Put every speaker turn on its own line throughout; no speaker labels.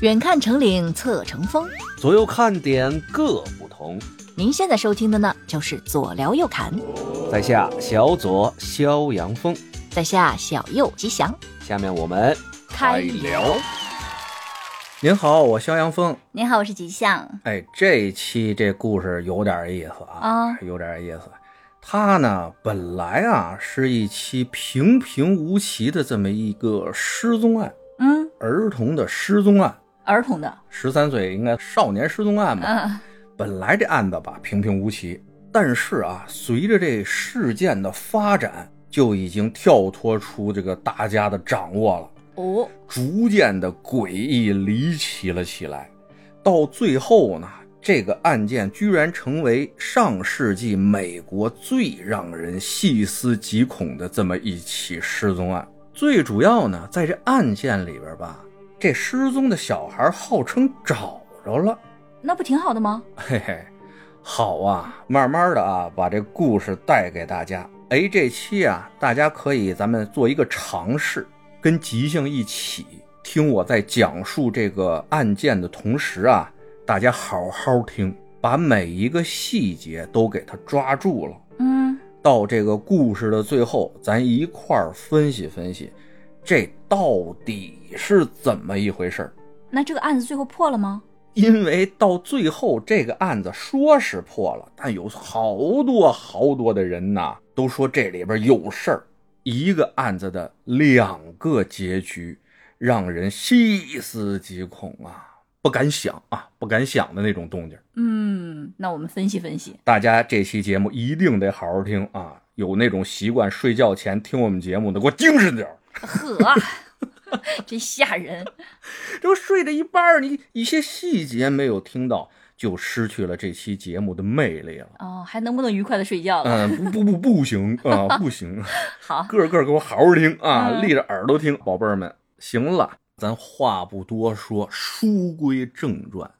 远看成岭侧成峰。
左右看点各不同。
您现在收听的呢，就是左聊右侃，
在下小左肖阳峰，
在下小右吉祥，
下面我们
开聊。
您好，我肖阳峰。
你好，我是吉祥。
哎，这一期这故事有点意思啊，
啊
有点意思。它呢，本来啊是一期平平无奇的这么一个失踪案，
嗯，
儿童的失踪案，
儿童的，
十三岁应该少年失踪案吧？
嗯
本来这案子吧平平无奇，但是啊，随着这事件的发展，就已经跳脱出这个大家的掌握了，
哦，
逐渐的诡异离奇了起来。到最后呢，这个案件居然成为上世纪美国最让人细思极恐的这么一起失踪案。最主要呢，在这案件里边吧，这失踪的小孩号称找着了。
那不挺好的吗？
嘿嘿，好啊，慢慢的啊，把这故事带给大家。哎，这期啊，大家可以咱们做一个尝试，跟吉星一起听我在讲述这个案件的同时啊，大家好好听，把每一个细节都给它抓住了。
嗯，
到这个故事的最后，咱一块儿分析分析，这到底是怎么一回事儿。
那这个案子最后破了吗？
因为到最后这个案子说是破了，但有好多好多的人呐，都说这里边有事儿。一个案子的两个结局，让人细思极恐啊，不敢想啊，不敢想的那种动静。
嗯，那我们分析分析。
大家这期节目一定得好好听啊，有那种习惯睡觉前听我们节目的，给我精神点儿。
呵， 真吓人。
这不睡了一半儿，你一些细节没有听到，就失去了这期节目的魅力了。
哦，还能不能愉快的睡觉了？
嗯，不不不不行啊，不行，
好，
个个给我好好听啊，
嗯
立着耳朵听，宝贝儿们，行了，咱话不多说，书归正传。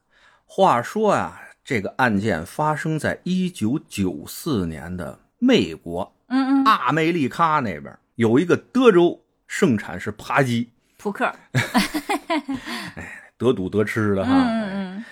话说啊，这个案件发生在一九九四年的美国
嗯嗯，
阿梅利卡那边，有一个德州盛产是扒鸡，
扑克，
得赌得吃的
嗯
哈。
嗯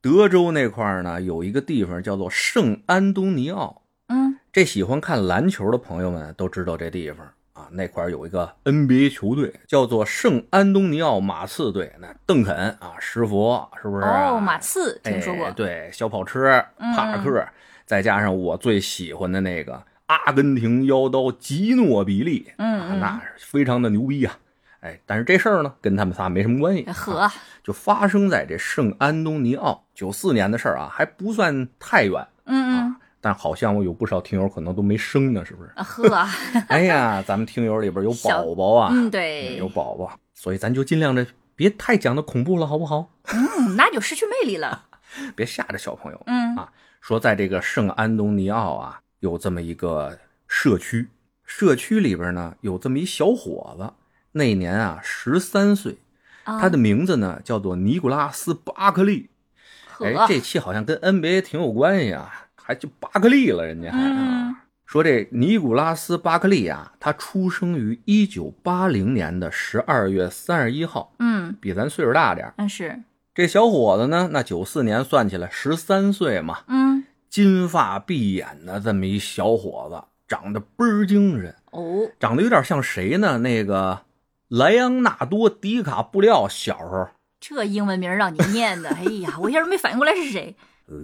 德州那块儿呢，有一个地方叫做圣安东尼奥，
嗯
这喜欢看篮球的朋友们都知道这地方啊，那块儿有一个 NBA 球队叫做圣安东尼奥马刺队，那邓肯啊，石佛是不
嗯，
是啊、
哦，马刺听说过
哎，对，小跑车、
嗯
帕克，再加上我最喜欢的那个阿根廷妖刀吉诺比利，
嗯
啊
嗯，
那是非常的牛逼啊。哎，但是这事儿呢，跟他们仨没什么关系。啊
哎呵，
就发生在这圣安东尼奥，九四年的事儿啊，还不算太远。
嗯嗯
但好像我有不少听友可能都没生呢，是不是？
啊，呵，
哎呀，咱们听友里边有
小
宝宝啊，
嗯
嗯
对
有，宝宝，所以咱就尽量的别太讲的恐怖了，好不好？
嗯，那就失去魅力了。
别吓着小朋友。
啊嗯
啊说在这个圣安东尼奥啊，有这么一个社区，社区里边呢有这么一小伙子，那年啊十三岁，
啊，
他的名字呢叫做尼古拉斯·巴克利。
呵
哎，这期好像跟 NBA 挺有关系啊，还就巴克利了，人家还、
嗯
啊、说这尼古拉斯·巴克利啊，他出生于一九八零年的十二月三十一号，
嗯，
比咱岁数大点儿。
但是
这小伙子呢，那九四年算起来十三岁嘛，
嗯
金发碧眼的这么一小伙子，长得倍儿精神，
哦，
长得有点像谁呢？那个莱昂纳多·迪卡布里奥小时候，
这英文名让你念 的，哎呀，我一下都没反应过来是谁。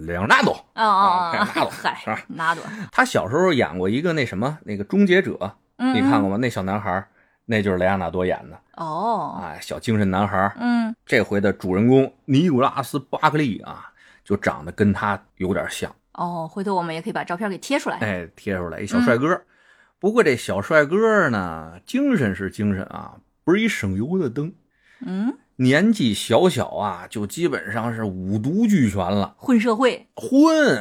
莱昂纳多。
哦哦
啊
哦，
纳朵
嗨，纳朵，
他小时候演过一个那什么，那个《终结者》，
嗯，
你看过
吗？
吗？那小男孩儿，那就是莱昂纳多演的
哦，
啊，小精神男孩儿。
嗯
这回的主人公尼古拉斯·巴克利啊，就长得跟他有点像，
哦，回头我们也可以把照片给贴出来。
哎，贴出来
嗯
一小帅哥。不过这小帅哥呢，精神是精神啊，不是一省油的灯。
嗯，
年纪小小啊，就基本上是五毒俱全了，
混社会，
混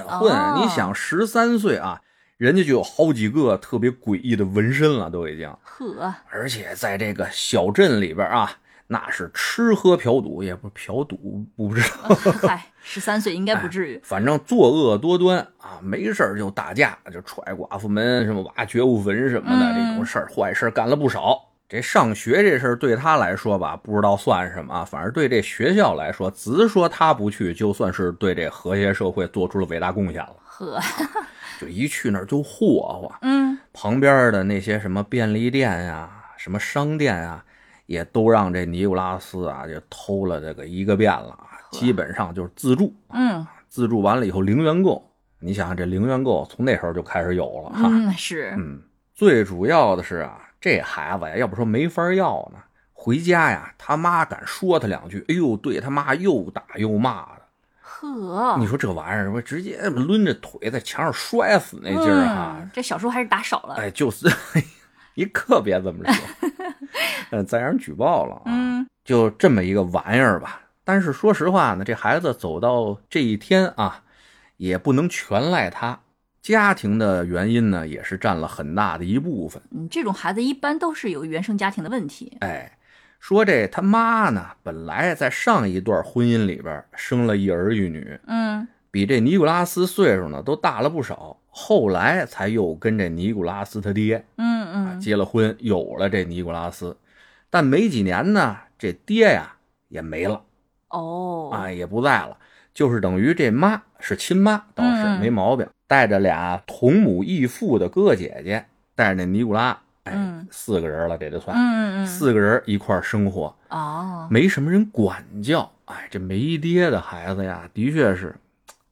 混。
哦
你想，十三岁啊，人家就有好几个特别诡异的纹身了，都已经。
呵，
而且在这个小镇里边啊，那是吃喝嫖赌，也不嫖赌，我不知道，
嗨，十三岁应该不至于。
反正作恶多端啊，没事儿就打架，就踹寡妇门，什么挖觉悟坟什么的，
嗯
这种事儿坏事儿干了不少。这上学这事儿对他来说吧，不知道算什么啊，反正对这学校来说，直说他不去，就算是对这和谐社会做出了伟大贡献了。
呵，
就一去那儿就霍霍，
嗯，
旁边的那些什么便利店啊、什么商店啊，也都让这尼古拉斯啊就偷了这个一个遍了啊，
呵
基本上就是自助，
嗯
自助完了以后零元购。你想想，这零元购从那时候就开始有了哈。
嗯是，
嗯，最主要的是啊，这孩子呀，要不说没法要呢，回家呀，他妈敢说他两句，哎呦，对他妈又打又骂的。
呵，
你说这玩意儿，我直接抡着腿在墙上摔死那劲儿哈、
嗯，这小时候还是打少了，
哎，就是， 你可别这么说，嗯，再让人举报了啊。
嗯
就这么一个玩意儿吧。但是说实话呢，这孩子走到这一天啊，也不能全赖他，家庭的原因呢，也是占了很大的一部分。
嗯，这种孩子一般都是有原生家庭的问题，
哎，说这他妈呢，本来在上一段婚姻里边生了一儿一女，
嗯
比这尼古拉斯岁数呢都大了不少，后来才又跟这尼古拉斯他爹
嗯
啊，
嗯，
结了婚，有了这尼古拉斯，但没几年呢，这爹呀也没了
哦，
啊，也不在了，就是等于这妈是亲妈，倒是
嗯
没毛病，带着俩同母异父的哥哥姐姐，带着那尼古拉，哎
嗯，
四个人了，这就算
嗯嗯嗯，
四嗯个人一块儿生活，
哦，
没什么人管教，哎，这没爹的孩子呀，的确是，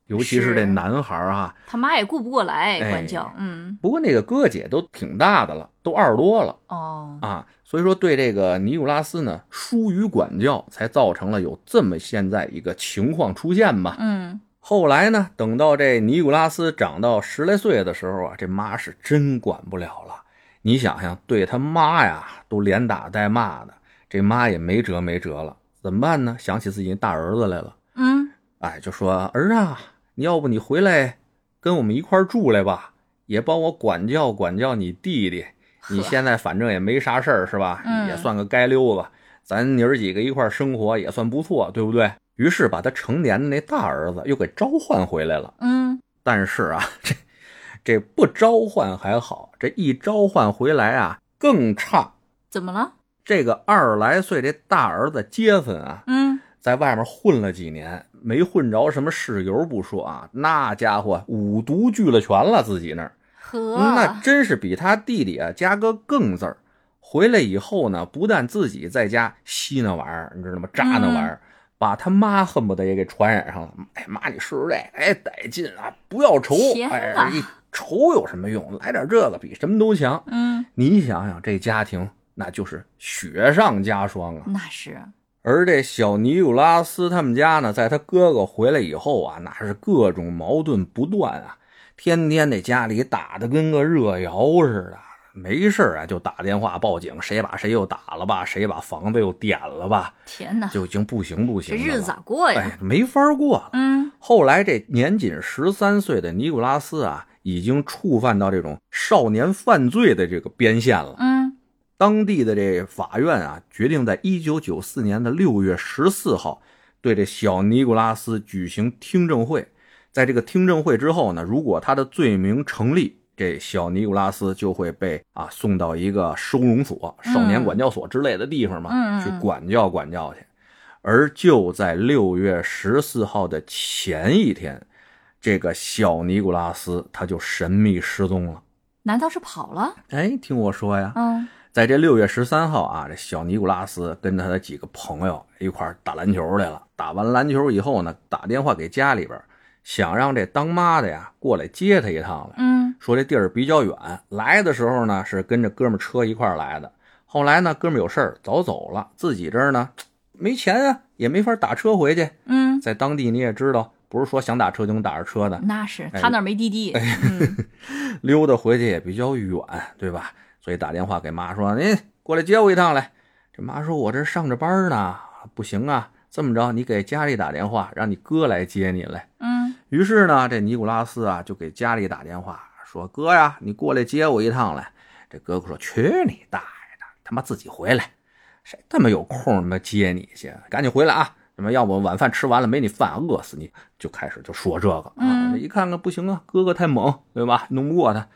尤其是这
是
男孩儿啊，
他妈也顾不过来
哎
管教，嗯
不过那个哥哥姐都挺大的了，都二十多了。
哦，
啊，所以说对这个尼古拉斯呢疏于管教，才造成了有这么现在一个情况出现吧。
嗯
后来呢，等到这尼古拉斯长到十来岁的时候啊，这妈是真管不了了。你想想，对他妈呀，都连打带骂的，这妈也没辙没辙了，怎么办呢？想起自己大儿子来了，
嗯
哎，就说儿啊，你要不你回来跟我们一块儿住来吧，也帮我管教管教你弟弟。
呵
你现在反正也没啥事儿是吧？
嗯
也算个街溜子，咱娘儿几个一块儿生活也算不错，对不对？于是把他成年的那大儿子又给召唤回来了。
嗯，
但是啊，这这不召唤还好，这一召唤回来啊更差。
怎么了？
这个二十来岁这大儿子杰森啊，
嗯
在外面混了几年，没混着什么室友不说啊，那家伙五毒俱了全了，自己那儿，
呵，
嗯那真是比他弟弟啊加个更字儿。回来以后呢，不但自己在家吸那玩意儿，你知道吗？扎那玩意儿，把他妈恨不得也给传染上了。哎妈，你试试这，哎得劲啊，不要愁，
天哪
哎一愁有什么用？来点这个比什么都强。
嗯
你想想这家庭，那就是雪上加霜啊。
那是，
而这小尼古拉斯他们家呢，在他哥哥回来以后啊，那是各种矛盾不断啊，天天这家里打得跟个热窑似的。没事儿啊，就打电话报警，谁把谁又打了吧，谁把房子又点了吧，
天哪，
就已经不行不行
这
的了。
日子咋过呀？
哎，没法过了。
嗯
后来这年仅十三岁的尼古拉斯啊，已经触犯到这种少年犯罪的这个边线了。
嗯，
当地的这法院啊，决定在一九九四年的六月十四号，对这小尼古拉斯举行听证会。在这个听证会之后呢，如果他的罪名成立，这小尼古拉斯就会被啊送到一个收容所、
嗯
少年管教所之类的地方嘛，
嗯嗯
去管教管教去。而就在六月十四号的前一天，这个小尼古拉斯他就神秘失踪了。
难道是跑了？
哎，听我说呀，
嗯
在这六月十三号啊，这小尼古拉斯跟他的几个朋友一块儿打篮球来了。打完篮球以后呢，打电话给家里边儿，想让这当妈的呀过来接他一趟来。
嗯
说这地儿比较远，来的时候呢是跟着哥们儿车一块儿来的。后来呢，哥们儿有事儿早走了，自己这儿呢没钱啊，也没法打车回去。
嗯，
在当地你也知道，不是说想打车就能打着车的，
那是
哎
他那儿没滴滴，嗯
溜达回去也比较远，对吧？所以打电话给妈说：“您过来接我一趟来。”这妈说：“我这上着班呢，不行啊。这么着，你给家里打电话，让你哥来接你来。
嗯”
于是呢，这尼古拉斯啊就给家里打电话说：“哥呀，你过来接我一趟来。”这哥哥说：“去你大爷的，他妈自己回来，谁他妈有空他妈接你去？赶紧回来啊！”他妈，要不晚饭吃完了没你饭，饿死你！就开始就说这个啊，
嗯
这一看看不行啊，哥哥太猛，对吧？弄不过他，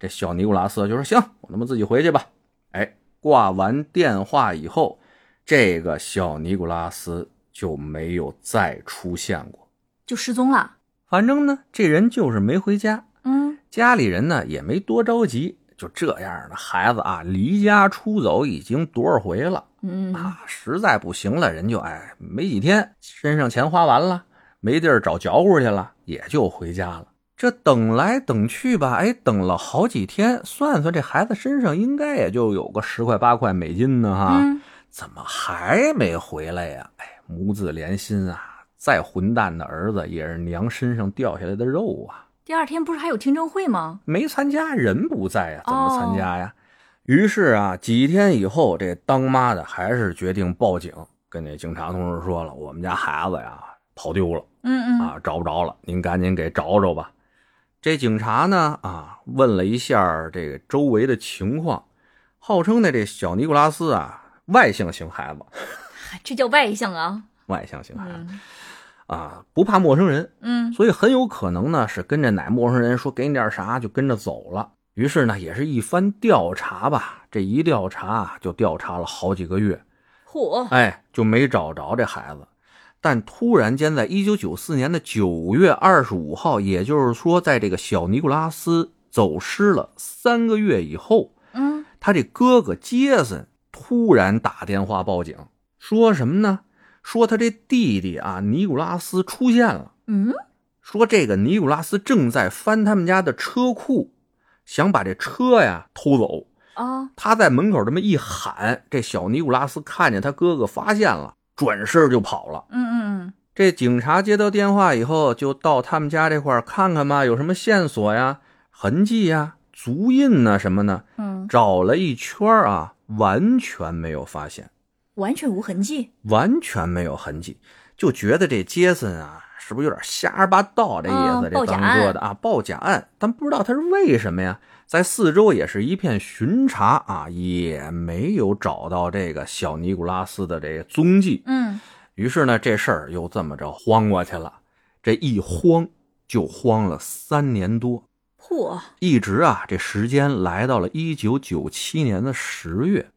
这小尼古拉斯就说：“行，我他妈自己回去吧。”哎，挂完电话以后，这个小尼古拉斯就没有再出现过。
就失踪了。
反正呢，这人就是没回家，
嗯，
家里人呢也没多着急。就这样的孩子啊，离家出走已经多少回了。
嗯，
啊，实在不行了，人就哎，没几天，身上钱花完了，没地儿找嚼乎去了，也就回家了。这等来等去吧，哎，等了好几天，算算这孩子身上应该也就有个十块八块美金呢哈，
嗯，
怎么还没回来呀？哎，母子连心啊，再混蛋的儿子也是娘身上掉下来的肉啊。
第二天不是还有听证会吗？
没参加，人不在啊呀，怎么参加呀？于是啊，几天以后，这当妈的还是决定报警，跟那警察同志说了，我们家孩子呀跑丢了
嗯嗯，
啊，找不着了，您赶紧给找找吧。这警察呢啊，问了一下这个周围的情况，号称呢这小尼古拉斯啊外向型孩子，
这叫外向啊。
外向型孩子、
嗯
啊，不怕陌生人，
嗯
所以很有可能呢是跟着哪陌生人说给你点啥就跟着走了。于是呢，也是一番调查吧，这一调查啊就调查了好几个月，
嚯，
哎，就没找着这孩子。但突然间，在一九九四年的九月二十五号，也就是说，在这个小尼古拉斯走失了三个月以后，
嗯，
他这哥哥杰森突然打电话报警，说什么呢？说他这弟弟啊，尼古拉斯出现了。
嗯，
说这个尼古拉斯正在翻他们家的车库，想把这车呀偷走。
啊，
他在门口这么一喊，这小尼古拉斯看见他哥哥发现了，转身就跑了。
嗯嗯嗯，
这警察接到电话以后，就到他们家这块儿看看吧，有什么线索呀、痕迹呀、足印呐什么呢？
嗯，
找了一圈儿啊，完全没有发现。
完全无痕迹。
完全没有痕迹，就觉得这杰森啊，是不是有点瞎说八道这意思？
嗯
这
报
当
假
哥的啊，报假案，但不知道他是为什么呀？在四周也是一片巡查啊，也没有找到这个小尼古拉斯的这个踪迹。
嗯，
于是呢，这事儿又这么着慌过去了。这一慌就慌了三年多，
嚯，
一直啊，这时间来到了一九九七年的十月，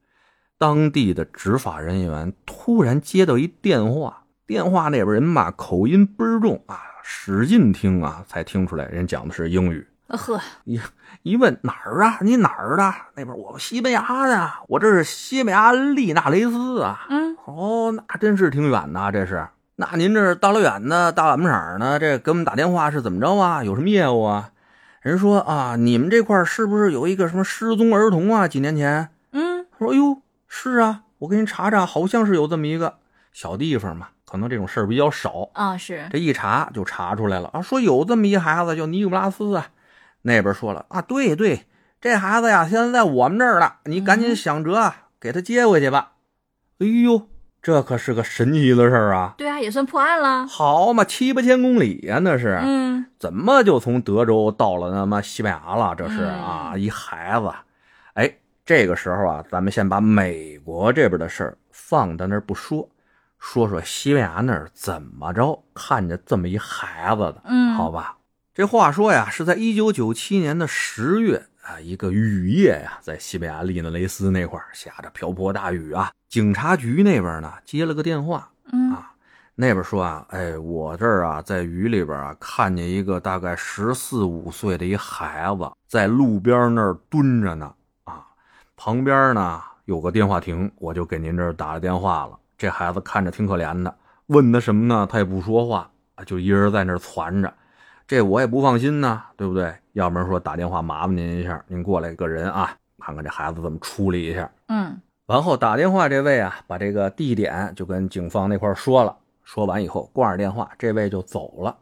当地的执法人员突然接到一电话，电话那边人嘛口音倍儿重啊，使劲听啊，才听出来人讲的是英语。
呃呵，
一问哪儿啊？你哪儿的？那边我西班牙的，我这是西班牙利纳雷斯啊。
嗯，
哦，那真是挺远呐，这是。那您这是大老远的大晚场呢，这给我们打电话是怎么着啊？有什么业务啊？人说啊，你们这块儿是不是有一个什么失踪儿童啊？几年前？
嗯，
他说，哎呦，是啊，我给您查查，好像是有这么一个小地方嘛，可能这种事儿比较少。
啊是，
这一查就查出来了啊，说有这么一孩子叫尼古拉斯啊。那边说了啊，对对，这孩子呀，现在在我们这儿呢，你赶紧
嗯
想辙啊，给他接回去吧。哎呦，这可是个神奇的事儿啊！
对啊，也算破案了。
好嘛，七八千公里呀、啊那是、
嗯，
怎么就从德州到了他妈西班牙了？这是啊，一孩子。哎，这个时候啊，咱们先把美国这边的事儿放在那儿不说，说说西班牙那儿怎么着看着这么一孩子的，
嗯
好吧？这话说呀，是在一九九七年的十月啊，一个雨夜呀，在西班牙利纳雷斯那块儿下着瓢泼大雨啊，警察局那边呢接了个电话，
嗯，
啊，那边说啊，哎，我这儿啊，在雨里边啊，看见一个大概十四五岁的一孩子在路边那儿蹲着呢，啊，旁边呢有个电话亭，我就给您这儿打了电话了。这孩子看着挺可怜的，问他什么呢？他也不说话，啊就一人在那儿攒着。这我也不放心呐，对不对？要不然说打电话麻烦您一下，您过来个人啊，看看这孩子怎么处理一下。
嗯，
完后打电话这位啊，把这个地点就跟警方那块儿说了，说完以后挂着电话，这位就走了。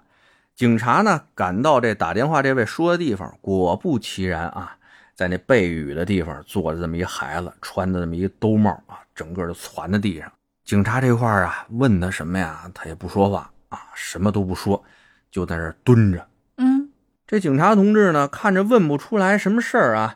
警察呢赶到这打电话这位说的地方，果不其然啊，在那背雨的地方坐着这么一孩子，穿着这么一兜帽啊，整个就攒在地上。警察这块儿啊，问他什么呀，他也不说话啊，什么都不说，就在那儿蹲着。
嗯，
这警察同志呢，看着问不出来什么事儿啊，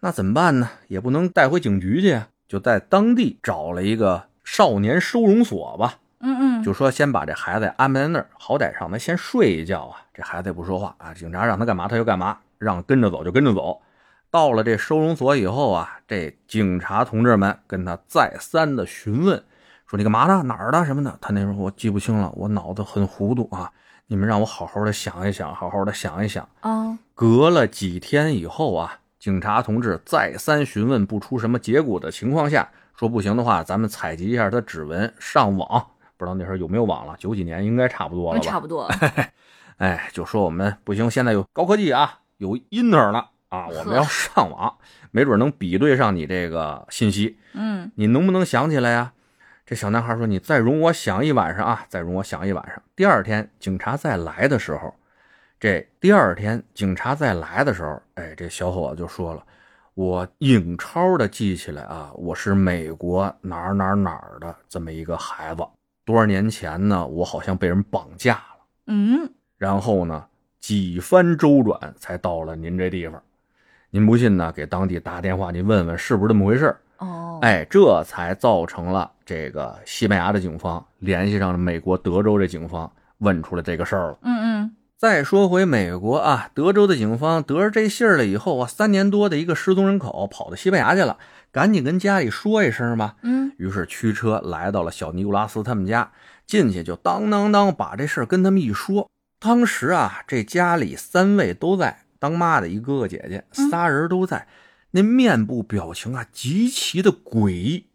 那怎么办呢？也不能带回警局去，啊就在当地找了一个少年收容所吧，
嗯嗯，
就说先把这孩子安排在那儿，好歹让他先睡一觉啊。这孩子也不说话啊，警察让他干嘛他就干嘛，让跟着走就跟着走。到了这收容所以后啊，这警察同志们跟他再三的询问，说你干嘛呢？哪儿的？什么的？他那时候我记不清了，我脑子很糊涂啊。你们让我好好的想一想，好好的想一想。
啊，
隔了几天以后啊，警察同志再三询问不出什么结果的情况下，说不行的话，咱们采集一下他指纹，上网。不知道那时候有没有网了，九几年应该差不多了
那
吧？
嗯差不 多。
哎，就说我们不行，现在有高科技啊，有 inner 了啊，我们要上网，没准能比对上你这个信息，
嗯，
你能不能想起来呀、这小男孩说：“你再容我想一晚上啊，再容我想一晚上。”第二天警察再来的时候，这第二天警察再来的时候，哎，这小伙子就说了：“我影超的记起来啊，我是美国哪儿哪儿哪儿的这么一个孩子，多少年前呢，我好像被人绑架了。”
嗯，
然后呢，几番周转才到了您这地方。您不信呢，给当地打电话，您问问是不是这么回事儿
哦，
哎，这才造成了这个西班牙的警方联系上了美国德州这警方，问出了这个事儿了。
嗯嗯，
再说回美国啊，德州的警方得知这信儿了以后啊，三年多的一个失踪人口跑到西班牙去了，赶紧跟家里说一声吧。
嗯，
于是驱车来到了小尼古拉斯他们家，进去就当当当把这事儿跟他们一说。当时啊，这家里三位都在，当妈的一哥哥姐姐，
嗯
仨人都在，那面部表情啊极其的诡异，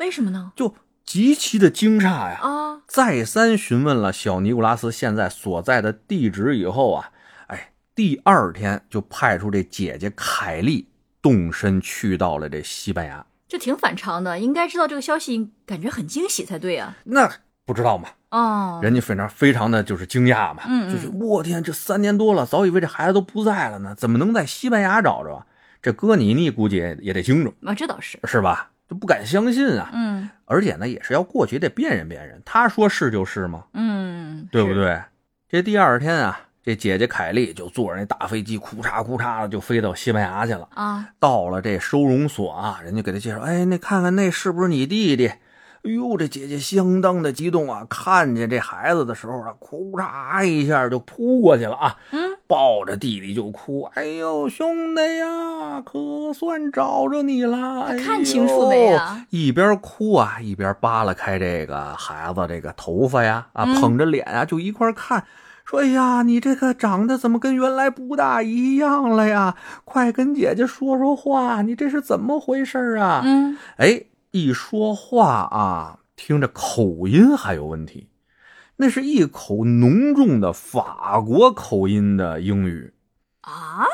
为什么呢？
就极其的惊诧呀。
啊，
再三询问了小尼古拉斯现在所在的地址以后啊，哎，第二天就派出这姐姐凯莉动身去到了这西班牙。
这挺反常的，应该知道这个消息，感觉很惊喜才对啊。
那不知道嘛，
哦，
人家非常非常的就是惊讶嘛，
嗯嗯
就是我天，这三年多了，早以为这孩子都不在了呢，怎么能在西班牙找着啊？这哥尼尼估计也也得惊着，
啊，这倒是，
是吧？就不敢相信啊。
嗯
而且呢，也是要过去得辨认辨认，他说是就是嘛，
嗯，
对不
是？
对？这第二天啊，这姐姐凯莉就坐着那大飞机，库嚓库嚓的就飞到西班牙去了。
啊，
到了这收容所啊，人家给他介绍，哎，那看看那是不是你弟弟？哎呦，这姐姐相当的激动啊！看见这孩子的时候啊，哭嚓一下就扑过去了啊，
嗯
抱着弟弟就哭。哎呦，兄弟呀，可算找着你了！哎呦
看清楚没呀
一边哭啊，一边扒拉开这个孩子这个头发呀，啊，
嗯
捧着脸啊，就一块儿看。说：“哎呀，你这个长得怎么跟原来不大一样了呀？快跟姐姐说说话，你这是怎么回事儿啊？”
嗯，
哎，一说话啊，听着口音还有问题，那是一口浓重的法国口音的英语。
啊，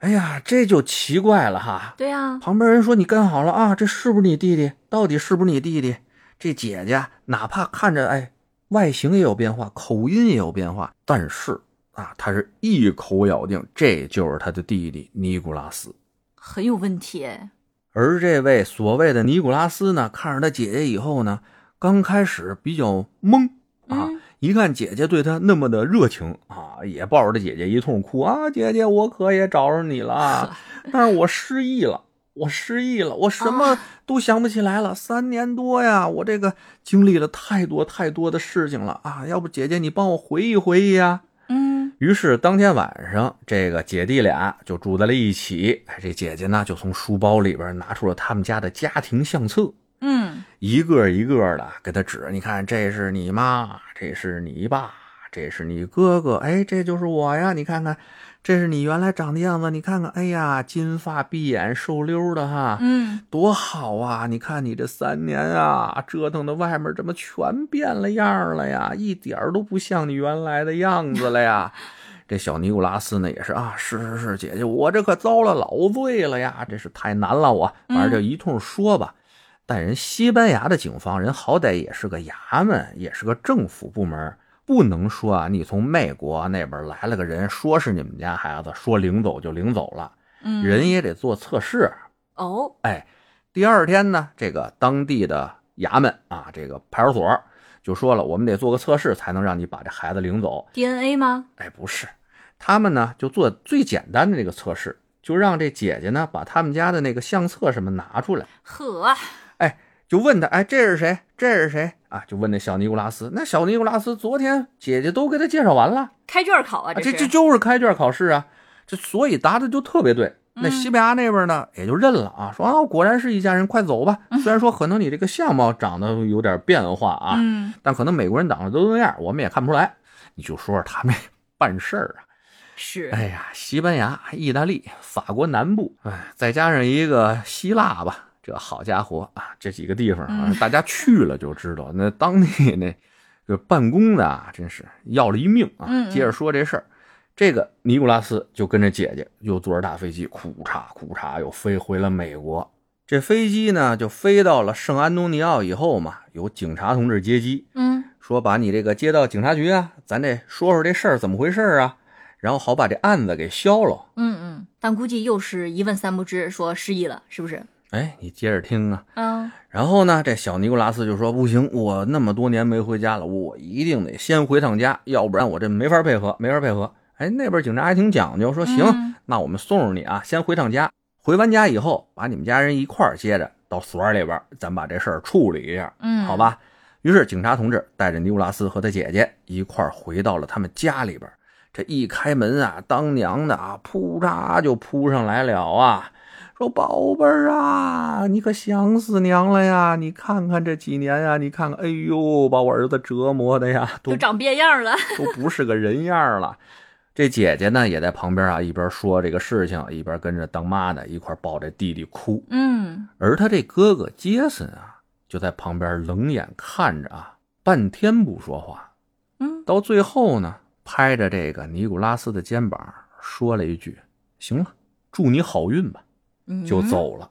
哎呀，这就奇怪了哈。
对啊，
旁边人说：“你干好了啊，这是不是你弟弟？到底是不是你弟弟？”这姐姐哪怕看着哎，外形也有变化，口音也有变化，但是啊，她是一口咬定这就是她的弟弟尼古拉斯。
很有问题哎。
而这位所谓的尼古拉斯呢，看着他姐姐以后呢，刚开始比较懵啊，
嗯
一看姐姐对他那么的热情啊，也抱着他姐姐一通哭啊，姐姐我可也找着你了啊，但是我失忆了。我失忆了，我什么
啊
都想不起来了。三年多呀，我这个经历了太多太多的事情了啊！要不姐姐你帮我回忆回忆呀、
嗯
于是当天晚上，这个姐弟俩就住在了一起。哎，这姐姐呢，就从书包里边拿出了他们家的家庭相册，
嗯，
一个一个的给他指。你看，这是你妈，这是你爸，这是你哥哥，哎，这就是我呀。你看看，这是你原来长的样子。你看看，哎呀，金发碧眼，瘦溜的哈，
嗯，
多好啊！你看你这三年啊，折腾的外面怎么全变了样儿了呀？一点儿都不像你原来的样子了呀！ 这小尼古拉斯呢也是啊，是是是，姐姐，我这可遭了老罪了呀，这是太难了我，反正就一通说吧。但人西班牙的警方人好歹也是个衙门，也是个政府部门，不能说啊，你从美国那边来了个人，说是你们家孩子，说领走就领走了，
嗯
人也得做测试。
哦，
第二天呢，这个当地的衙门啊，这个派出所就说了，我们得做个测试才能让你把这孩子领走。
DNA 吗？
哎，不是，他们呢就做最简单的这个测试，就让这姐姐呢把他们家的那个相册什么拿出来，
呵，
就问他，哎，这是谁？这是谁啊？就问那小尼古拉斯。那小尼古拉斯昨天姐姐都给他介绍完了，
开卷考啊，
啊、
这
这
是
这就是开卷考试啊，这所以答的就特别对。
嗯
那西班牙那边呢，也就认了啊，说啊，果然是一家人，快走吧。虽然说可能你这个相貌长得有点变化啊，
嗯
但可能美国人长得都那样，我们也看不出来。你就说说他们办事儿啊，
是，
哎呀，西班牙、意大利、法国南部，哎，再加上一个希腊吧，这好家伙啊，这几个地方啊
嗯，
大家去了就知道，那当地 那这办公的啊，真是要了一命啊。
嗯嗯
接着说这事儿，这个尼古拉斯就跟着姐姐又坐着大飞机，库嚓库嚓又飞回了美国。这飞机呢，就飞到了圣安东尼奥以后嘛，有警察同志接机，
嗯
说把你这个接到警察局啊，咱得说说这事儿怎么回事儿啊，然后好把这案子给消了。
嗯嗯，但估计又是一问三不知，说失忆了，是不是？
哎，你接着听啊。
嗯
然后呢，这小尼古拉斯就说：“不行，我那么多年没回家了，我一定得先回趟家，要不然我这没法配合，没法配合。”哎，那边警察还挺讲究，说：“行，
嗯
那我们送着你啊，先回趟家。回完家以后，把你们家人一块儿接着到所里边儿，咱把这事儿处理一下。”
嗯，
好，吧。于是警察同志带着尼古拉斯和他姐姐一块儿回到了他们家里边儿。这一开门啊，当娘的啊，扑嚓就扑上来了啊，说：“宝贝儿啊，你可想死娘了呀！你看看这几年呀、你看看，哎呦，把我儿子折磨的呀，都
都长变样了，
都不是个人样儿了。”这姐姐呢，也在旁边啊，一边说这个事情，一边跟着当妈的一块儿抱着弟弟哭。
嗯
而他这哥哥杰森啊，就在旁边冷眼看着啊，半天不说话。
嗯，
到最后呢，拍着这个尼古拉斯的肩膀说了一句：“行了，祝你好运吧。”
嗯
就，走了。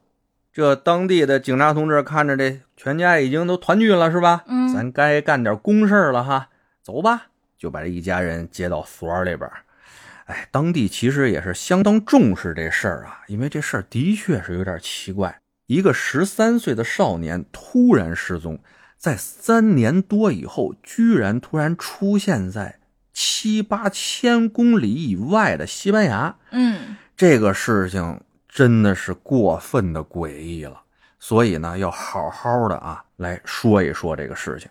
这当地的警察同志看着这全家已经都团聚了，是吧？
嗯
咱该干点公事儿了哈，走吧，就把这一家人接到所儿里边儿。哎，当地其实也是相当重视这事儿啊，因为这事儿的确是有点奇怪。一个十三岁的少年突然失踪，在三年多以后，居然突然出现在七八千公里以外的西班牙。
嗯
这个事情真的是过分的诡异了，所以呢，要好好的啊来说一说这个事情。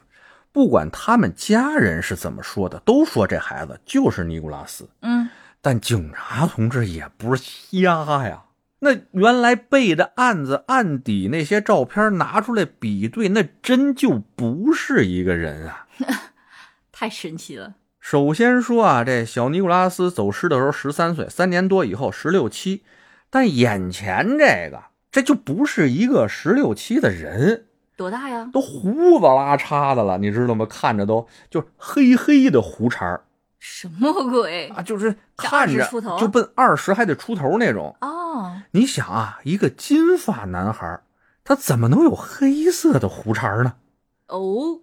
不管他们家人是怎么说的，都说这孩子就是尼古拉斯，
嗯
但警察同志也不是瞎呀。那原来背的案子案底那些照片拿出来比对，那真就不是一个人啊。
太神奇了，
首先说啊，这小尼古拉斯走失的时候十三岁，三年多以后十六七，但眼前这个这就不是一个十六七的人，
多大呀？
都胡子拉碴的了，你知道吗？看着都就是黑黑的胡茬儿
什么鬼？
啊，就是看
这
着
20出头
就奔二十还得出头那种。
哦，
你想啊，一个金发男孩儿，他怎么能有黑色的胡茬儿呢？
哦，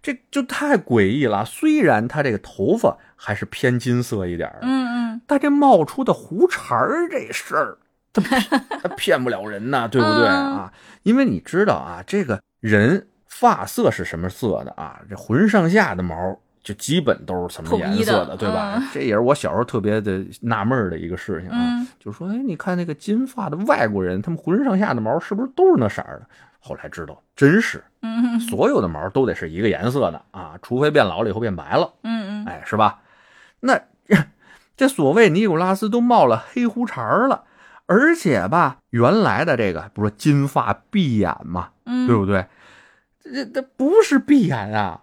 这就太诡异了。虽然他这个头发还是偏金色一点儿的，
嗯嗯，
但这冒出的胡茬儿这事儿，他他骗不了人呐，对不对啊？
嗯
因为你知道啊，这个人发色是什么色的啊？这浑身上下的毛就基本都是什么
统
颜
一的
色的，对吧？
嗯
这也是我小时候特别的纳闷儿的一个事情啊，
嗯
就是说，哎，你看那个金发的外国人，他们浑身上下的毛是不是都是那色儿的？后来知道，真是
嗯嗯
所有的毛都得是一个颜色的啊，除非变老了以后变白了。
嗯嗯，
哎，是吧？那这所谓尼古拉斯都冒了黑胡茬儿了，而且吧，原来的这个不是金发碧眼嘛，
嗯
对不对？这这不是碧眼啊，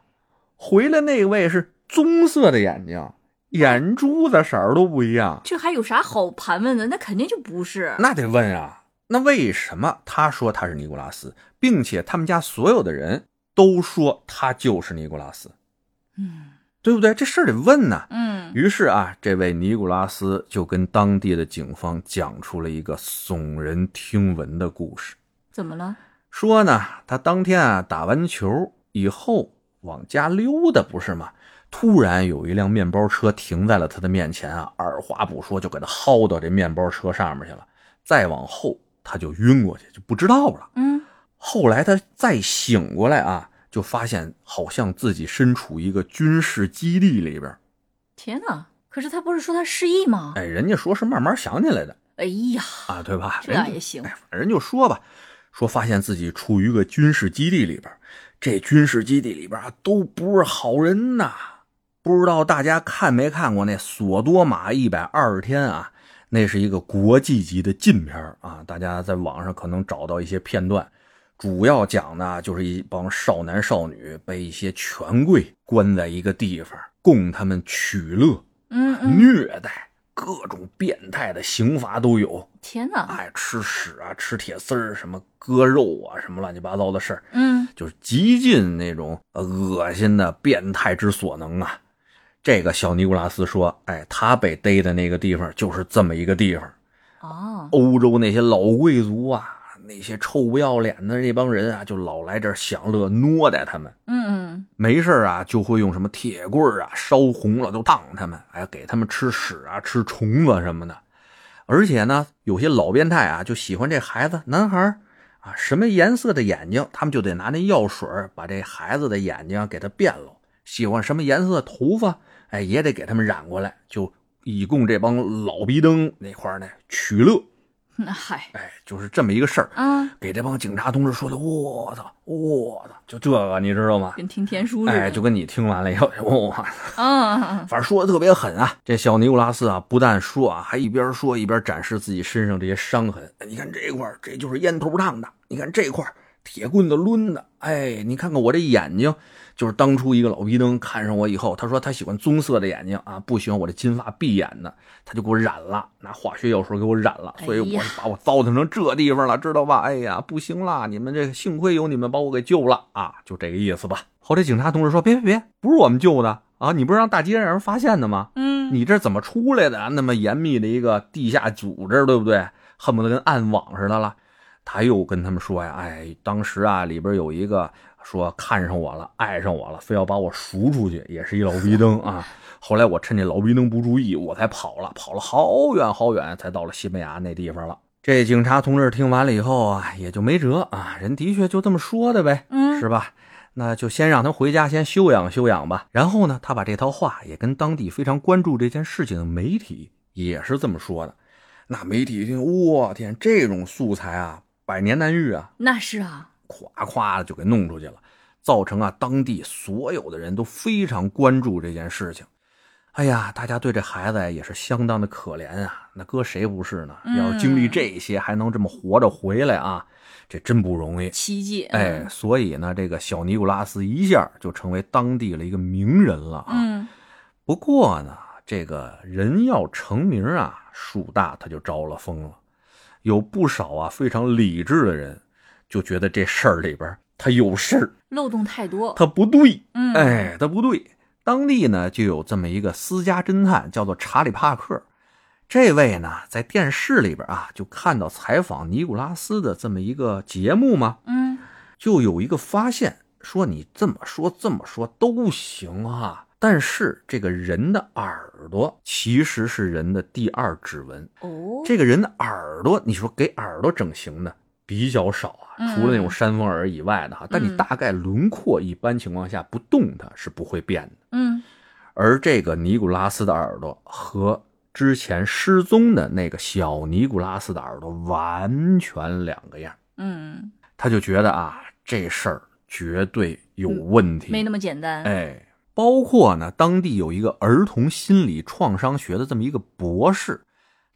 回来那位是棕色的眼睛，眼珠子色儿都不一样，
这还有啥好盘问的？那肯定就不是，
那得问啊，那为什么他说他是尼古拉斯，并且他们家所有的人都说他就是尼古拉斯，
嗯
对不对？这事儿得问呐、
嗯
于是啊，这位尼古拉斯就跟当地的警方讲出了一个耸人听闻的故事，
怎么了？
说呢，他当天啊打完球以后往家溜达，不是吗？突然有一辆面包车停在了他的面前啊，二话不说就给他薅到这面包车上面去了。再往后他就晕过去，就不知道了。
嗯
后来他再醒过来啊，就发现好像自己身处一个军事基地里边儿。
天哪！可是他不是说他失忆吗？
哎，人家说是慢慢想起来的。
哎呀，
啊，对吧？
这
人
样
就
也行
哎反正就说吧，说发现自己处于一个军事基地里边儿，这军事基地里边儿啊都不是好人呐。不知道大家看没看过那《索多玛一百二十天》啊？那是一个国际级的禁片儿啊，大家在网上可能找到一些片段。主要讲的啊就是一帮少男少女被一些权贵关在一个地方，供他们取乐、
嗯嗯，
虐待，各种变态的刑罚都有。
天哪，
哎，吃屎啊，吃铁丝儿，什么割肉啊，什么乱七八糟的事儿，
嗯，
就是极尽那种呃恶心的变态之所能啊。这个小尼古拉斯说：“哎，他被逮的那个地方就是这么一个地方。
哦，
欧洲那些老贵族啊，那些臭不要脸的那帮人啊，就老来这儿享乐虐待他们。
嗯
没事儿啊，就会用什么铁棍儿啊烧红了都烫他们，哎，给他们吃屎啊，吃虫子什么的。而且呢，有些老变态啊，就喜欢这孩子男孩儿啊，什么颜色的眼睛，他们就得拿那药水儿把这孩子的眼睛给他变了。喜欢什么颜色的头发，哎，也得给他们染过来，就以供这帮老逼灯那块儿呢取乐。
嗯，嗨，
哎，就是这么一个事儿。
啊，
给这帮警察同志说的，我操，我操，就这个你知道吗？
跟听天书似的，
哎，就跟你听完了以后，哇，
嗯，
反正说的特别狠啊！这小尼古拉斯啊，不但说啊，还一边说一边展示自己身上这些伤痕。哎你看这块儿，这就是烟头烫的；你看这块儿，铁棍子抡的。哎，你看看我这眼睛，就是当初一个老逼灯看上我以后，他说他喜欢棕色的眼睛啊，不喜欢我这金发碧眼的，他就给我染了，拿化学药水给我染了，所以
哎呀
我把我糟蹋成这地方了，知道吧？哎呀，不行啦，你们这幸亏有你们把我给救了啊，就这个意思吧。后来警察同志说：“别别别，不是我们救的啊，你不是让大街上让人发现的吗？
嗯，
你这怎么出来的？啊那么严密的一个地下组织，对不对？恨不得跟暗网似的了。他又跟他们说呀，哎，当时啊，里边有一个说看上我了，爱上我了，非要把我赎出去，也是一老逼灯啊。后来我趁这老逼灯不注意，我才跑了，跑了好远好远，才到了西班牙那地方了。这警察同志听完了以后啊，也就没辙啊，人的确就这么说的呗，
嗯
是吧？那就先让他回家先休养休养吧。然后呢，他把这套话也跟当地非常关注这件事情的媒体也是这么说的。那媒体一听，我天，这种素材啊，百年难遇啊，
那是啊，
咵咵的就给弄出去了，造成啊当地所有的人都非常关注这件事情。哎呀，大家对这孩子也是相当的可怜啊，那搁谁不是呢？
嗯
要是经历这些还能这么活着回来啊，这真不容易。
奇迹，嗯
哎，所以呢，这个小尼古拉斯一下就成为当地的一个名人了啊。
嗯，
不过呢，这个人要成名啊，树大他就招了风了。有不少啊非常理智的人就觉得这事儿里边儿他有事儿，
漏洞太多，
他不对，
嗯，，
哎，他不对。当地呢就有这么一个私家侦探，叫做查理·帕克。这位呢，在电视里边啊，就看到采访尼古拉斯的这么一个节目嘛，
嗯，
就有一个发现，说你这么说这么说都行啊，但是这个人的耳朵其实是人的第二指纹。
哦，
这个人的耳朵，你说给耳朵整形的比较少啊，
嗯
除了那种山峰耳以外的哈，但你
嗯
大概轮廓一般情况下不动它是不会变的。
嗯，
而这个尼古拉斯的耳朵和之前失踪的那个小尼古拉斯的耳朵完全两个样。
嗯，
他就觉得啊，这事儿绝对有问题。
嗯没那么简单，
哎，包括呢，当地有一个儿童心理创伤学的这么一个博士，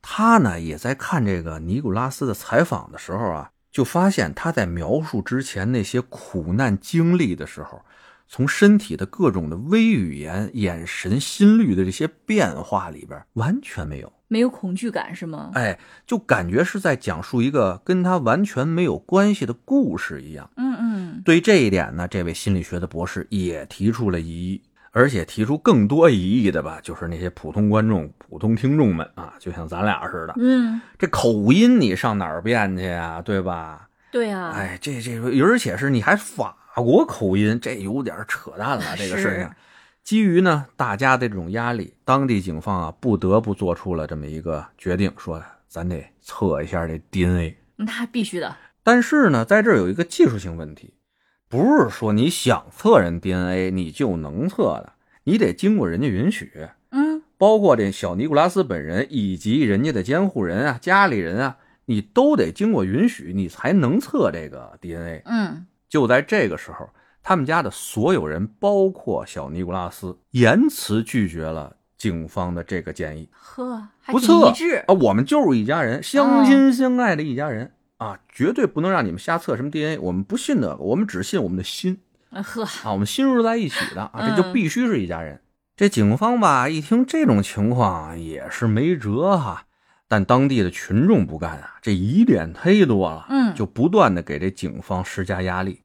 他呢也在看这个尼古拉斯的采访的时候啊，就发现他在描述之前那些苦难经历的时候。从身体的各种的微语言、眼神、心率的这些变化里边，完全没有。
没有恐惧感是吗？
哎，就感觉是在讲述一个跟他完全没有关系的故事一样。
嗯嗯，
对于这一点呢，这位心理学的博士也提出了疑义，而且提出更多疑义的吧，就是那些普通观众、普通听众们啊，就像咱俩似的，
嗯，
这口音你上哪儿变去啊？对吧？
对啊，
哎，这这，而且是你还法国口音，这有点扯淡了，这个事情
是。
基于呢大家的这种压力，当地警方啊不得不做出了这么一个决定，说咱得测一下这 DNA。
那必须的，
但是呢，在这儿有一个技术性问题，不是说你想测人 DNA 你就能测的，你得经过人家允许，
嗯，
包括这小尼古拉斯本人以及人家的监护人啊、家里人啊，你都得经过允许，你才能测这个 DNA。
嗯，
就在这个时候，他们家的所有人，包括小尼古拉斯，严词拒绝了警方的这个建议。
呵，还
不
挺
测
一致
啊，我们就是一家人，相亲相爱的一家人、啊，绝对不能让你们瞎测什么 DNA，我们不信那个，我们只信我们的心
啊呵，
啊，我们心是在一起的啊，这就
嗯
必须是一家人。这警方吧，一听这种情况啊也是没辙哈、但当地的群众不干啊，这疑点忒多了，
嗯
就不断的给这警方施加压力。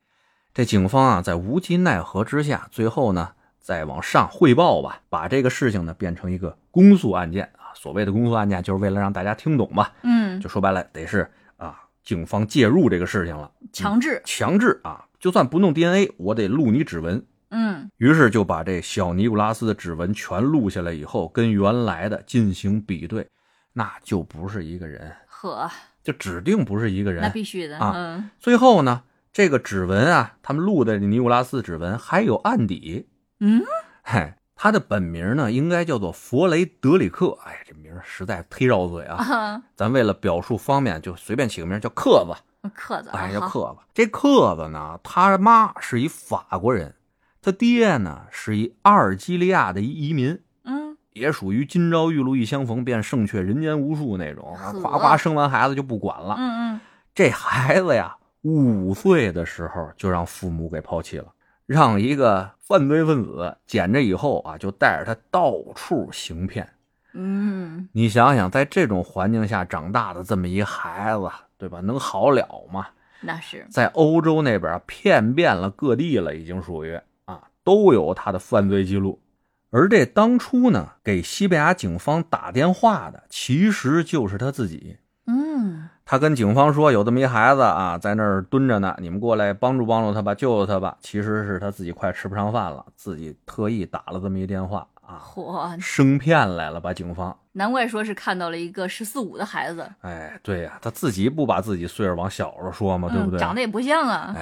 这警方啊，在无计奈何之下，最后呢，再往上汇报吧，把这个事情呢变成一个公诉案件啊。所谓的公诉案件，就是为了让大家听懂吧，
嗯，
就说白了，得是啊，警方介入这个事情了，
强制，
强制啊，就算不弄 DNA，我得录你指纹。
嗯
于是就把这小尼古拉斯的指纹全录下来以后，跟原来的进行比对，那就不是一个人，
呵，
就指定不是一个人。
那必须的，
啊
嗯，
最后呢，这个指纹啊，他们录的尼古拉斯指纹还有案底。
嗯，
嘿，他的本名呢应该叫做弗雷德里克。哎呀，这名儿实在忒绕嘴啊！
啊，
咱为了表述方便，就随便起个名儿叫克子。
克子啊，
哎，叫
好，
克子。这克子呢，他妈是一法国人，他爹呢是一阿尔及利亚的一移民。
嗯，
也属于今朝玉露一相逢，便胜却人间无数那种，啊
呵
夸夸生完孩子就不管了。
嗯嗯，
这孩子呀，五岁的时候就让父母给抛弃了，让一个犯罪分子捡着以后啊，就带着他到处行骗。
嗯，
你想想，在这种环境下长大的这么一孩子，对吧？能好了吗？
那是，
在欧洲那边骗遍了各地了，已经属于啊，都有他的犯罪记录。而这当初呢，给西班牙警方打电话的，其实就是他自己。
嗯
他跟警方说有这么一孩子啊，在那儿蹲着呢，你们过来帮助帮助他吧，救救他吧。其实是他自己快吃不上饭了，自己特意打了这么一电话啊，
嚯，
生骗来了吧警方。
难怪说是看到了一个十四五的孩子，
哎，对呀、他自己不把自己岁数往小了说嘛，哦对哎
嗯，
不对？
长得也不像啊，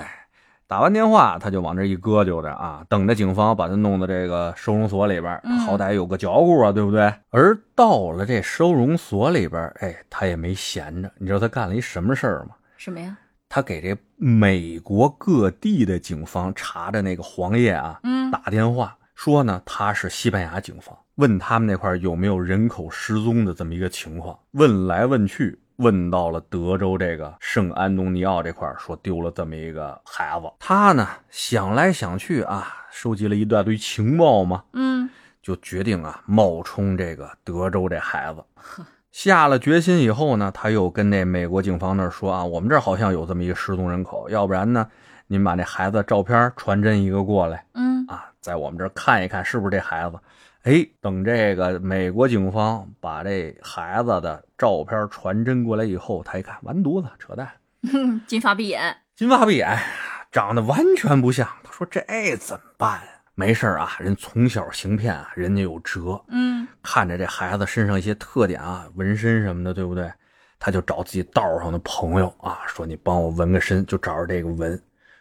打完电话，他就往这一搁就着啊，等着警方把他弄到这个收容所里边儿，
嗯
好歹有个嚼骨啊，对不对？而到了这收容所里边儿，哎，他也没闲着，你知道他干了一什么事儿吗？
什么呀？
他给这美国各地的警方查的那个黄页啊，
嗯，
打电话说呢，他是西班牙警方，问他们那块儿有没有人口失踪的这么一个情况。问来问去，问到了德州这个圣安东尼奥这块儿，说丢了这么一个孩子。他呢想来想去啊，收集了一大堆情报嘛，
嗯，
就决定啊冒充这个德州这孩子。 下了决心以后呢，他又跟那美国警方那儿说啊，我们这儿好像有这么一个失踪人口，要不然呢，您把那孩子的照片传真一个过来。
嗯，
啊，在我们这儿看一看是不是这孩子。哎，等这个美国警方把这孩子的照片传真过来以后，他一看，完犊子，扯淡，
哼嗯 金发碧眼，
金发碧眼，长得完全不像。他说这怎么办、啊？没事儿啊，人从小行骗啊，人家有辙。
嗯，
看着这孩子身上一些特点啊，纹身什么的，对不对？他就找自己道上的朋友啊，说你帮我纹个身，就找着这个纹。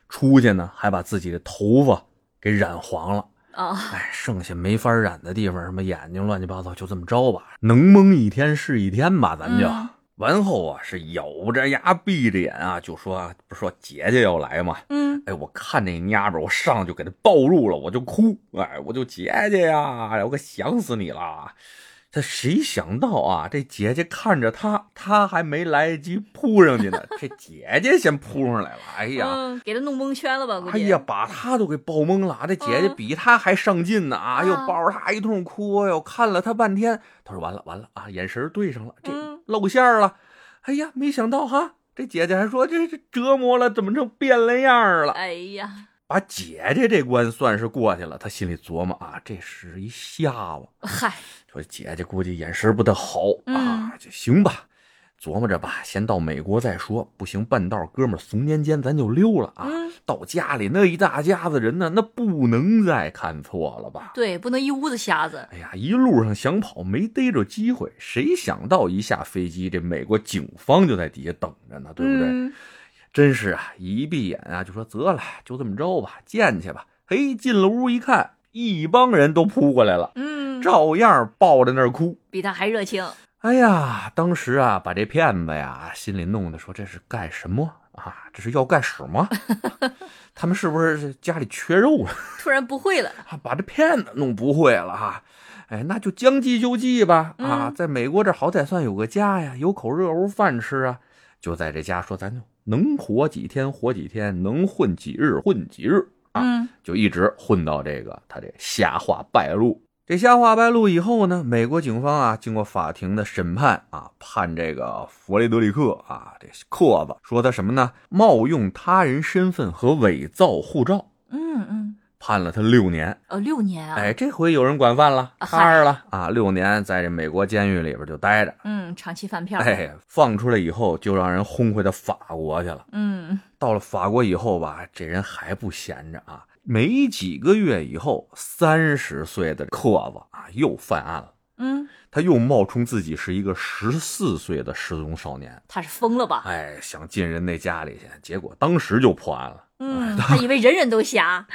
出去呢，还把自己的头发给染黄了。
啊，
哎，剩下没法染的地方，什么眼睛乱七八糟，就这么着吧，能蒙一天是一天吧，咱就。
嗯
完后啊，是咬着牙闭着眼啊，就说不是说姐姐要来嘛，
嗯，
哎，我看那蔫巴，我上去给他抱住了，我就哭，哎，我就姐姐呀，哎我可想死你了。这谁想到啊？这姐姐看着他，他还没来得及扑上去呢，这姐姐先扑上来了。哎呀，
嗯，给他弄蒙圈了吧？估
哎
计，
呀，把他都给抱懵了。啊这姐姐
嗯
比他还上劲呢啊！
啊
又抱着他一通哭，哎呦，看了他半天。他说：“完了，完了啊，眼神对上了，这
嗯
露馅儿了。哎呀，没想到哈，这姐姐还说这这折磨了，怎么成变了样儿了？
哎呀，
把姐姐这关算是过去了。他心里琢磨啊，这是一瞎子。
嗨，
说姐姐估计眼神不太好、
嗯
啊，就行吧，琢磨着吧，先到美国再说，不行半道哥们儿怂年间咱就溜了啊。
嗯
到家里那一大家子人呢，那不能再看错了吧？
对，不能一屋子瞎子，
哎呀，一路上想跑没逮着机会，谁想到一下飞机，这美国警方就在底下等着呢，对不对？
嗯
真是啊，一闭眼啊就说得了，就这么着吧，见去吧。嘿，进了屋一看，一帮人都扑过来了，
嗯，
照样抱着那儿哭。
比他还热情，
哎呀，当时啊，把 这骗子呀心里弄得说这是干什么啊？这是要干什么？他们是不是家里缺肉啊？
突然不会了，
啊把这骗子弄不会了哈、哎，那就将计就计吧啊，
嗯
在美国这好歹算有个家呀，有口热乎饭吃啊。就在这家说，咱就能活几天活几天，能混几日混几日啊。
嗯
就一直混到这个他这瞎话败露。这瞎话败露以后呢，美国警方啊，经过法庭的审判啊，判这个弗雷德里克啊，这克子说他什么呢？冒用他人身份和伪造护照，
嗯嗯，
判了他六年。
哦，六年啊，
哎，这回有人管饭了，
啊
踏实了啊，六年在这美国监狱里边就待着。
嗯，长期饭票，
哎，放出来以后就让人轰回到法国去了。
嗯，
到了法国以后吧，这人还不闲着啊，没几个月以后，三十岁的克子啊又犯案了。
嗯，
他又冒充自己是一个十四岁的失踪少年，
他是疯了吧？
哎，想进人那家里去，结果当时就破案了，
嗯，他以为人人都瞎，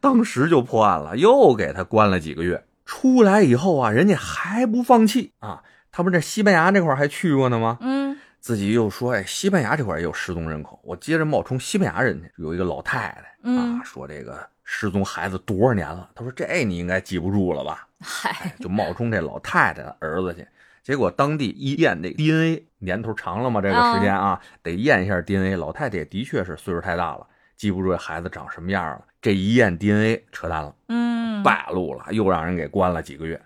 当时就破案了，又给他关了几个月。出来以后啊，人家还不放弃啊，他不是这西班牙那块儿还去过呢吗？
嗯
自己又说，哎，西班牙这块儿也有失踪人口，我接着冒充西班牙人去。有一个老太太、
嗯
啊，说这个失踪孩子多少年了？她说这哎你应该记不住了吧？
嗨，
哎，就冒充这老太太的儿子去。结果当地一验这 DNA 年头长了嘛，这个时间啊，得验一下 DNA。老太太也的确是岁数太大了，记不住这孩子长什么样了。这一验 DNA，扯淡了。
嗯，
败露了，又让人给关了几个月。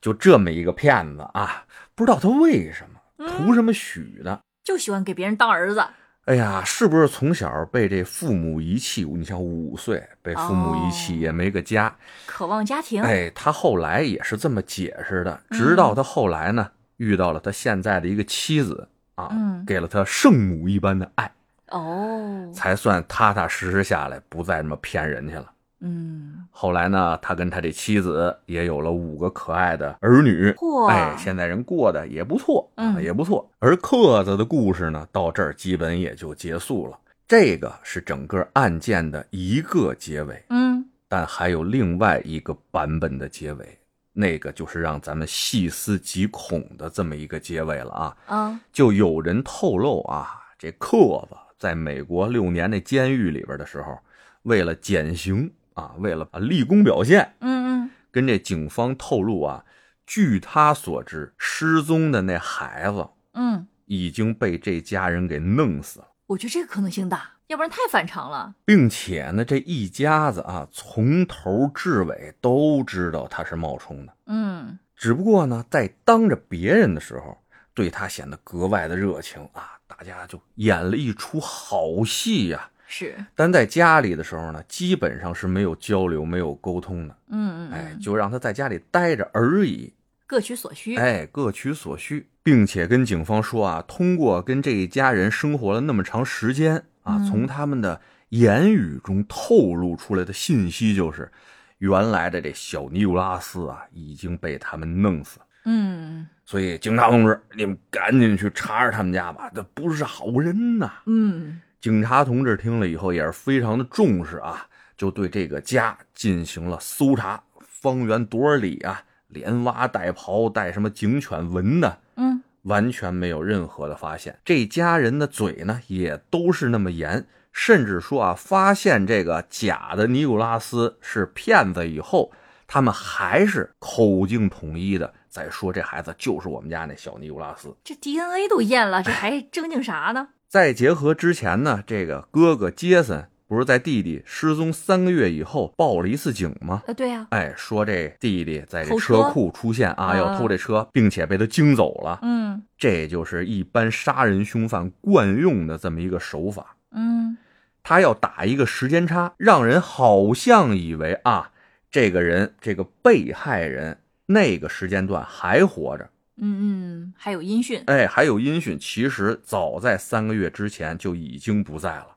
就这么一个骗子啊，不知道他为什
嗯
么图什么许呢？
就喜欢给别人当儿子，
哎呀，是不是从小被这父母遗弃？你像五岁被父母遗弃，
哦
也没个家。
渴望家庭，
哎，他后来也是这么解释的。
嗯
直到他后来呢，遇到了他现在的一个妻子啊，
嗯
给了他圣母一般的爱，
哦，
才算踏踏实实下来，不再那么骗人去了。
嗯，
后来呢，他跟他这妻子也有了五个可爱的儿女
嚯，
哎，现在人过得也不错，啊
嗯
也不错。而克子的故事呢，到这儿基本也就结束了。这个是整个案件的一个结尾，
嗯，
但还有另外一个版本的结尾，那个就是让咱们细思极恐的这么一个结尾了啊。
啊，
就有人透露啊，这克子在美国六年那监狱里边的时候，为了减刑啊，为了啊立功表现，
嗯嗯，
跟这警方透露啊，据他所知，失踪的那孩子
嗯，
已经被这家人给弄死了，
我觉得这个可能性大，要不然太反常了，
并且呢，这一家子啊，从头至尾都知道他是冒充的，
嗯
只不过呢，在当着别人的时候，对他显得格外的热情啊，大家就演了一出好戏呀、
是，
但在家里的时候呢，基本上是没有交流、没有沟通的，
嗯嗯，
哎，
嗯
就让他在家里待着而已，
各取所需，
哎，各取所需，并且跟警方说啊，通过跟这一家人生活了那么长时间啊，
嗯
从他们的言语中透露出来的信息就是，原来的这小尼古拉斯啊，已经被他们弄死了。
嗯
所以，警察同志，你们赶紧去查查他们家吧，这不是好人呐！
嗯
警察同志听了以后也是非常的重视啊，就对这个家进行了搜查，方圆多少里啊，连挖带刨带什么警犬闻的，
嗯，
完全没有任何的发现。这家人的嘴呢也都是那么严，甚至说啊，发现这个假的尼古拉斯是骗子以后，他们还是口径统一的在说这孩子就是我们家那小尼古拉斯。
这 DNA 都验了，这还正经啥呢？
再结合之前呢，这个哥哥杰森不是在弟弟失踪三个月以后报了一次警吗？
呃，对呀，
哎，说这弟弟在这
偷
车
车
库出现啊，
啊
要偷这车，并且被他惊走了。
嗯
这就是一般杀人凶犯惯用的这么一个手法，
嗯
他要打一个时间差，让人好像以为啊，这个人这个被害人那个时间段还活着，
嗯嗯，还有音讯，
哎，还有音讯，其实早在三个月之前就已经不在了。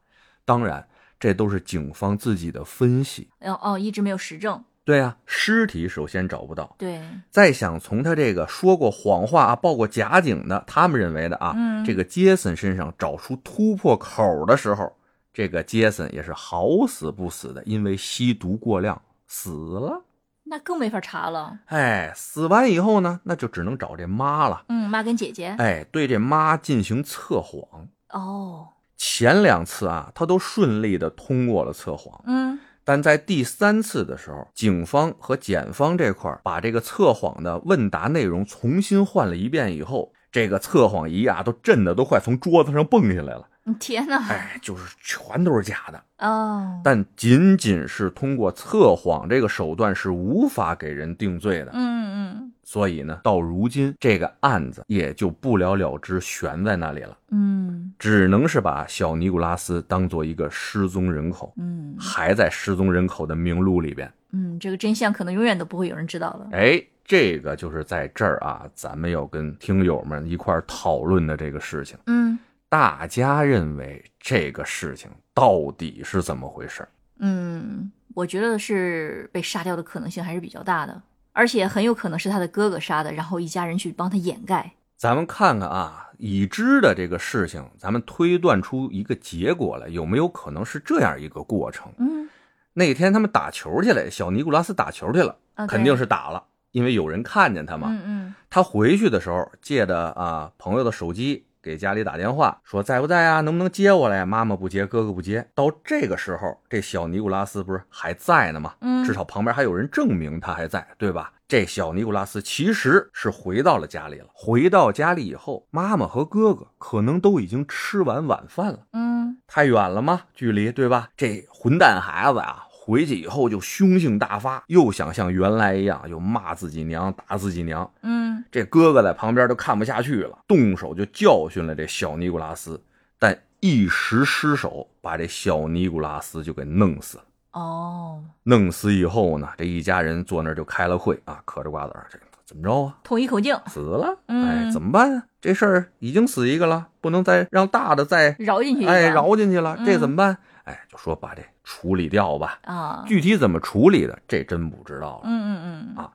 当然，这都是警方自己的分析。
哦哦，一直没有实证，
对啊，尸体首先找不到，
对，
再想从他这个说过谎话啊、报过假警的，他们认为的啊，
嗯
这个杰森身上找出突破口的时候，这个杰森也是好死不死的，因为吸毒过量死了。
那更没法查了。
哎，死完以后呢，那就只能找这妈了。哎
嗯，妈跟姐姐，
哎，对这妈进行测谎。
哦，
前两次啊，他都顺利的通过了测谎，
嗯，
但在第三次的时候，警方和检方这块儿把这个测谎的问答内容重新换了一遍以后，这个测谎仪啊都震得都快从桌子上蹦下来了。
天哪，
哎，就是全都是假的，
哦，
但仅仅是通过测谎这个手段是无法给人定罪的。
嗯
所以呢，到如今这个案子也就不了了之，悬在那里了，
嗯嗯
只能是把小尼古拉斯当做一个失踪人口，
嗯
还在失踪人口的名录里边。
嗯，这个真相可能永远都不会有人知道了。
哎，这个就是在这儿啊，咱们要跟听友们一块儿讨论的这个事情。
嗯
大家认为这个事情到底是怎么回事儿？
嗯，我觉得是被杀掉的可能性还是比较大的，而且很有可能是他的哥哥杀的，然后一家人去帮他掩盖。
咱们看看啊，已知的这个事情，咱们推断出一个结果来，有没有可能是这样一个过程？
嗯
那天他们打球去了，小尼古拉斯打球去了，
啊，
肯定
对
是打了，因为有人看见他嘛。
嗯嗯
他回去的时候借的啊朋友的手机给家里打电话，说在不在啊，能不能接我来呀？妈妈不接，哥哥不接。到这个时候，这小尼古拉斯不是还在呢吗？
嗯，
至少旁边还有人证明他还在，对吧？这小尼古拉斯其实是回到了家里了。回到家里以后，妈妈和哥哥可能都已经吃完晚饭了，
嗯
太远了吗？距离，对吧？这混蛋孩子啊！回去以后就凶性大发，又想像原来一样，又骂自己娘、打自己娘。
嗯
这哥哥在旁边都看不下去了，动手就教训了这小尼古拉斯，但一时失手，把这小尼古拉斯就给弄死了。
哦，
弄死以后呢，这一家人坐那儿就开了会啊，嗑着瓜子儿，这怎么着啊？
统一口径，
死了，
嗯
哎，怎么办啊？这事儿已经死一个了，不能再让大的再
饶进去一个，
哎饶进去了，
嗯
这怎么办？哎，就说把这处理掉吧。
啊，
具体怎么处理的，这真不知道了。
嗯嗯嗯
啊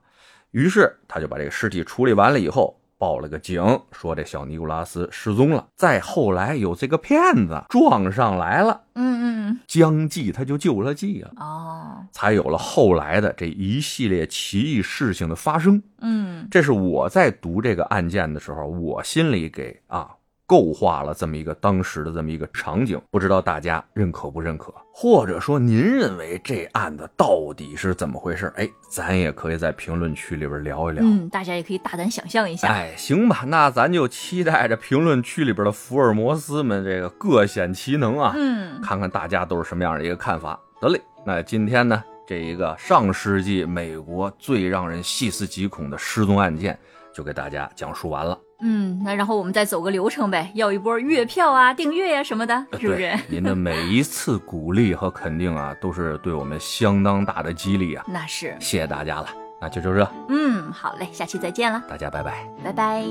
于是他就把这个尸体处理完了以后，报了个警，说这小尼古拉斯失踪了。再后来有这个骗子撞上来了，
嗯嗯
将计他就救了计啊了，
嗯，哦，
才有了后来的这一系列奇异事情的发生。
嗯
这是我在读这个案件的时候，我心里给啊构画了这么一个当时的这么一个场景，不知道大家认可不认可，或者说您认为这案子到底是怎么回事？哎，咱也可以在评论区里边聊一聊。
嗯，大家也可以大胆想象一下，
哎，行吧，那咱就期待着评论区里边的福尔摩斯们这个各显其能啊，
嗯
看看大家都是什么样的一个看法。得嘞，那今天呢，这一个上世纪美国最让人细思极恐的失踪案件，就给大家讲述完了。
嗯，那然后我们再走个流程呗，要一波月票啊、订阅呀、什么的，
呃
是不
对
是？
您的每一次鼓励和肯定啊，都是对我们相当大的激励啊，
那是，
谢谢大家了。那就就这，
嗯，好嘞，下期再见了，
大家拜拜。
拜拜。